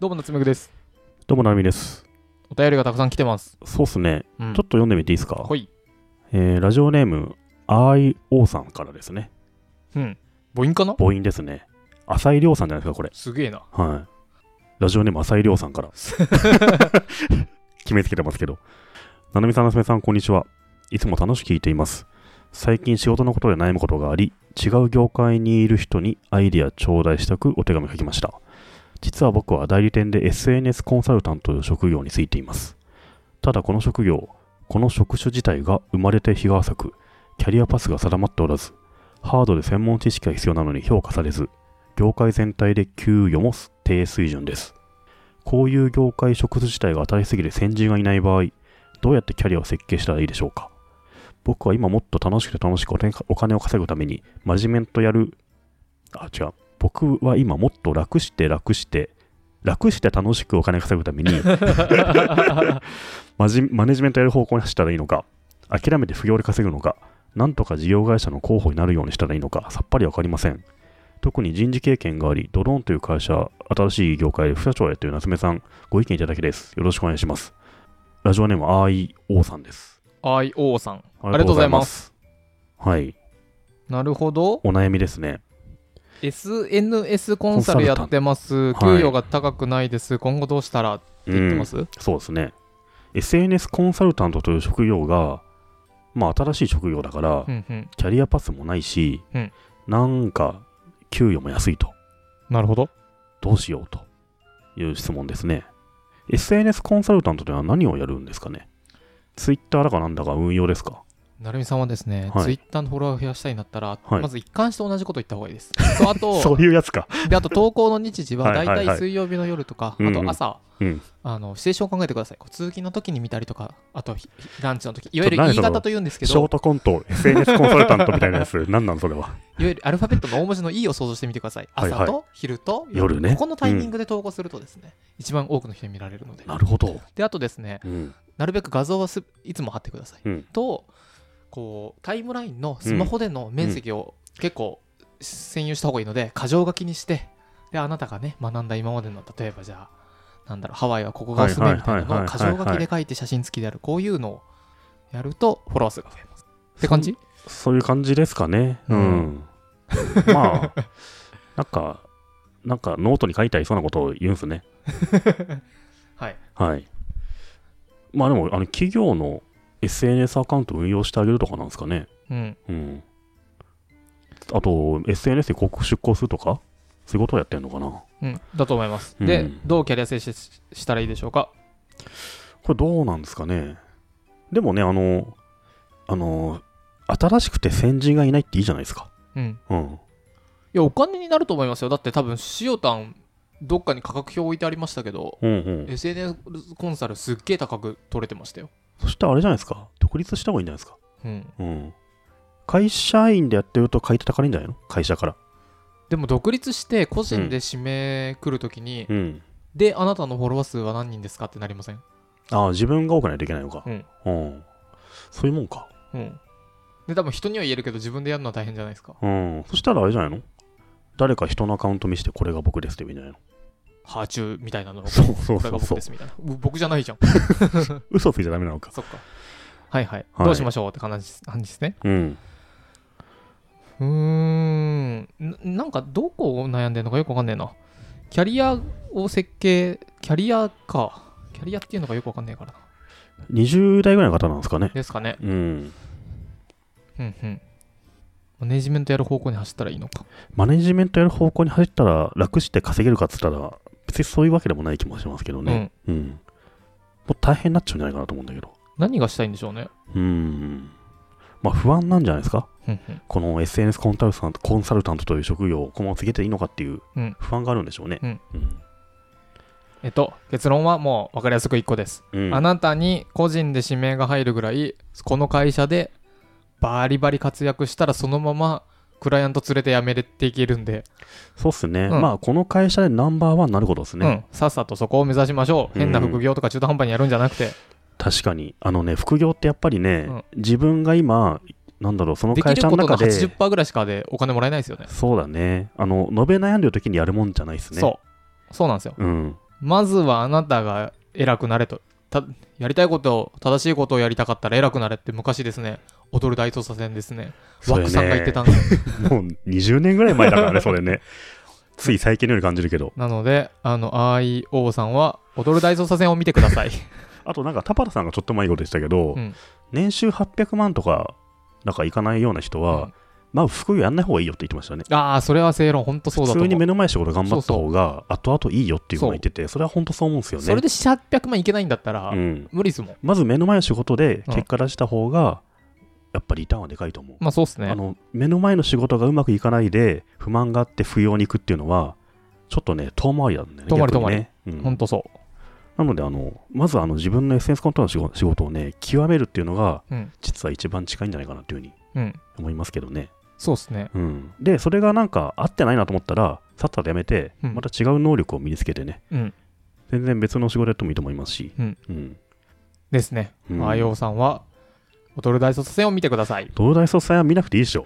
どうも、夏目です。どうも、なみです。お便りがたくさん来てます。そうっすね。うんちょっと読んでみていいですかほ。い。えーラジオネーム、IO さんからですね。うん。母音かな母音ですね。浅井亮さんじゃないですか、これ。すげえな。はい。ラジオネーム、浅井亮さんから。決めつけてますけど。ななみさん、なすめさん、こんにちは。いつも楽しく聞いています。最近仕事のことで悩むことがあり、違う業界にいる人にアイディア頂戴したくお手紙を書きました。実は僕は代理店で SNS コンサルタントという職業に就いています。ただこの職業、この職種自体が生まれて日が浅く、キャリアパスが定まっておらず、ハードで専門知識が必要なのに評価されず、業界全体で給与も低水準です。こういう業界職種自体が当たりすぎて先人がいない場合、どうやってキャリアを設計したらいいでしょうか僕は今もっと楽しくて楽しくお金お金を稼ぐために、真面目とやる、あ、違う。僕は今もっと楽して楽して、楽して楽しくお金を稼ぐために、 マジマネジメントやる方向に走ったらいいのか、諦めて不業で稼ぐのか、なんとか事業会社の候補になるようにしたらいいのか、さっぱりわかりません。特に人事経験があり、ドローンという会社、新しい業界で副社長をやっている夏目さん、ご意見いただきです。よろしくお願いします。ラジオネーム、IO さんです。 IO さん。あ。りがとうございますはい、なるほど。お悩みですね。 SNS コンサルやってます。コンサルタン給ト与が高くないです。今後どうしたらってう言ってんま、す、そうですね。SNS コンサルタントという職業が、まあ、新しい職業だから、うんうん。キャリアパスもないし、うんなんか給与も安いと、なるほど。どうしようという質問ですね。SNS コンサルタントというのは何をやるんですかね ?Twitter だかなんだか運用ですかなるみさんはですね、はいツイッターのフォロワーを増やしたいんだったら、はいまず一貫して同じこと言った方がいいです。 そうあと、そういうやつか。であと投稿の日時ははい大はいはい体水曜日の夜とか、うんうあんと朝、うんあのシチュエーションを考えてください。こう通勤の時に見たりとか、あとひランチの時いわゆるちょっと何 E その型というんですけショーど、トコント、SNS コンサルタントみたいな やつ。何なんそれは。いわゆるアルファベットの大文字の E を想像してみてください。はいはい朝と昼と夜ねここのタイミングで投稿するとですね、一番多くの人に見られるので。なるほど。で、あとですね、うん。なるべく画像はすいつも貼ってください。うんと、こう、タイムラインのスマホでの面積を結構占有した方がいいので、過剰書きにして、で、あなたがね、学んだ今までの、例えばじゃあ、なんだろう、ハワイはここがおすすめみたいなはいのはをい過はいはい剰書きで書いて写真付きである、こういうのをやると、フォロワー数が増えます。って感じそそういう感じですかね。うん。まあ、なんか、なんかノートに書いてありそうなことを言うんですね。はい。はい。まあでも、あの企業の SNS アカウント運用してあげるとかなんですかね。 うん。うん。あと、SNS で広告出稿するとか、そういうことをやってんのかな。こうん、だと思います。うんで、どうキャリア成長ししたらいいでしょうかれどうなんですかね。でもね、あの、あの、新しくて先人がいないっていいじゃないですか。うん。うん。いや、お金になると思いますよ。だって多分、塩タン、どっかに価格表置いてありましたけど、うんうん。 SNS コンサルすっげえ高く取れてましたよ。そしてあれじゃないですか。独立した方がいいんじゃないですか。うん。うん。会社員でやってると買い叩かれるんじゃないの会社から。でも独立して個人で指名来るときに、うん。で、あなたのフォロワー数は何人ですかってなりませんああ、自分が多くないといけないのか。うん。うん。そういうもんか。うん。で、多分人には言えるけど自分でやるのは大変じゃないですか。うん。そしたらあれじゃないの誰か人のアカウント見せてこれが僕ですって言えばいいんじハーチューみたいなのを。ゃないのそこれうそうそがう僕そうで。すみたいな。う僕じゃないじゃん。嘘ついちゃダメなのか。 そっか。はいはい。はいどうしましょうって感じです感じですね。うん。うーん。ななんかどこを悩んでるのかよくわかんねえな。キャリアを設計、キャリアか。キャリアっていうのがよくわかんねえからな。 20代ぐらいの方なんですかね。ですかね。うん。うんうん。マネジメントやる方向に走ったらいいのか。マネジメントやる方向に走ったら楽して稼げるかっつったら、別にそういうわけでもない気もしますけどうね。ん。うん。もう大変になっちゃうんじゃないかなと思うんだけど。何がしたいんでしょうね。うん。まあ不安なんじゃないですかうんうんこの SNS コンサルタントコンサルタントという職業を今後つけていいのかっていううん不安があるんでしょうね。うんうん。えっと、結論はもう分かりやすく1個です。うんあなたに個人で指名が入るぐらい、この会社でバリバリ活躍したらそのままクライアント連れて辞めれていけるんで、そうっすね。うんまあこの会社でナンバーワンになることですね。うん、さっさとそこを目指しましょう。変な副業とか中途半端にやるんじゃなくて、確かにあのね副業ってやっぱりね、自分が今なんだろうそのでき会る社このとの中で80%ぐらいしかでお金もらえないですよね。そうだねあの延べ悩んでる時にやるもんじゃないですねそう。そうなんですよ。う、ん、まずはあなたが偉くなれとたやりたいことを正しいことをやりたかったら偉くなれって昔ですね踊る大捜査線ですねそワれッねクさんが言ってたんですもう20年ぐらい前だからね、 それね。つい最近のように感じるけど。なのであの IO さんは踊る大捜査線を見てくださいあとなんか、田原さんがちょっと前にこと言ってたけど、うん年収800万とか、なんかいかないような人は、うん まあ、副業やんない方がいいよって言ってましたね。ああそれは正論本当そうだと普通思うに目の前の仕事頑張った方が、後々いいよっていうのが言ってて、それは本当そう思うんですよね。それで800万いけないんだったら、うん、無理ですもんまず目の前の仕事でうん結果出した方が、やっぱりリターンはでかいと思う。まあそうっすねあの目の前の仕事がうまくいかないで不満があって不要に行くっていうのはちょっとね遠回りなんだよね遠回り逆にね、うん本当そうなのであのまずあの自分のエッセンスコントロールの仕事仕事をね極めるっていうのがうん実は一番近いんじゃないかなというふうにうん思いますけどね、そうっすねうん、でそれがなんか合ってないなと思ったらさっさとやめてうんまた違う能力を身につけてね、うん全然別の仕事やってもいいと思いますし、うんうんですね、うんまあ IO さんは踊る大捜査線を見てください東大卒祭は見なくていいでしょ